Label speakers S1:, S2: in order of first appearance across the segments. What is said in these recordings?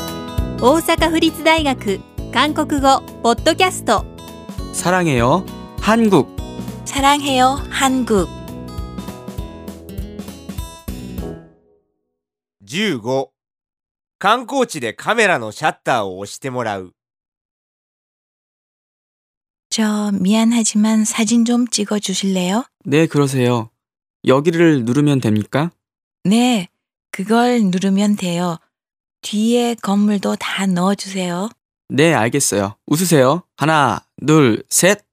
S1: 大阪府立大学韓国語ポッドキャスト
S2: 사랑해요. 한국.
S3: 사랑해요, 한국.
S4: 15観光地でカメラのシャッターを押してもらう
S3: 저 미안하지만 사진 좀 찍어 주실래요?
S2: 네, 그러세요. 여기를 누르면 됩니까?
S3: 네, 그걸 누르면 돼요. 뒤에 건물도 다 넣어 주세요.
S2: 네, 알겠어요. 웃으세요. 하나, 둘, 셋.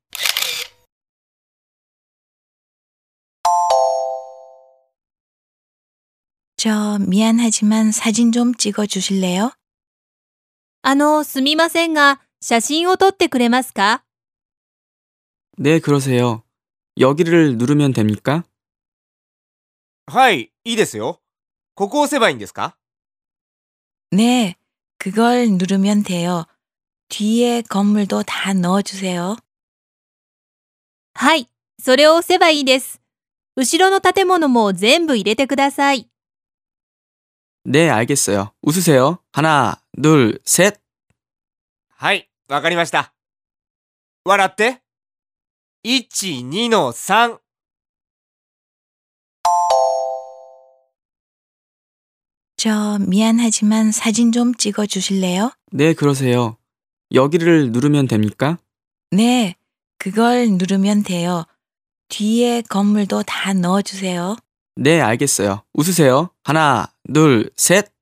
S3: 저 미안하지만 사진 좀 찍어 주실래요?
S1: あのすみませんが写真を撮ってくれますか
S2: 네, 그러세요. 여기를 누르면 됩니까?
S4: はいいいですよここ押せばいいんですか
S3: 네, 그걸 누르면 돼요. 뒤에 건물도 다 넣어 주세요.
S1: はいそれを押せばいいです後ろの建物も全部入れてください
S2: 네, 알겠어요. 웃으세요. 하나, 둘, 셋.
S4: はいわかりました笑って12の3
S3: 저 미안하지만 사진 좀 찍어 주실래요?
S2: 네, 그러세요. 여기를 누르면 됩니까?
S3: 네, 그걸 누르면 돼요. 뒤에 건물도 다 넣어 주세요.
S2: 네, 알겠어요. 웃으세요. 하나, 둘, 셋.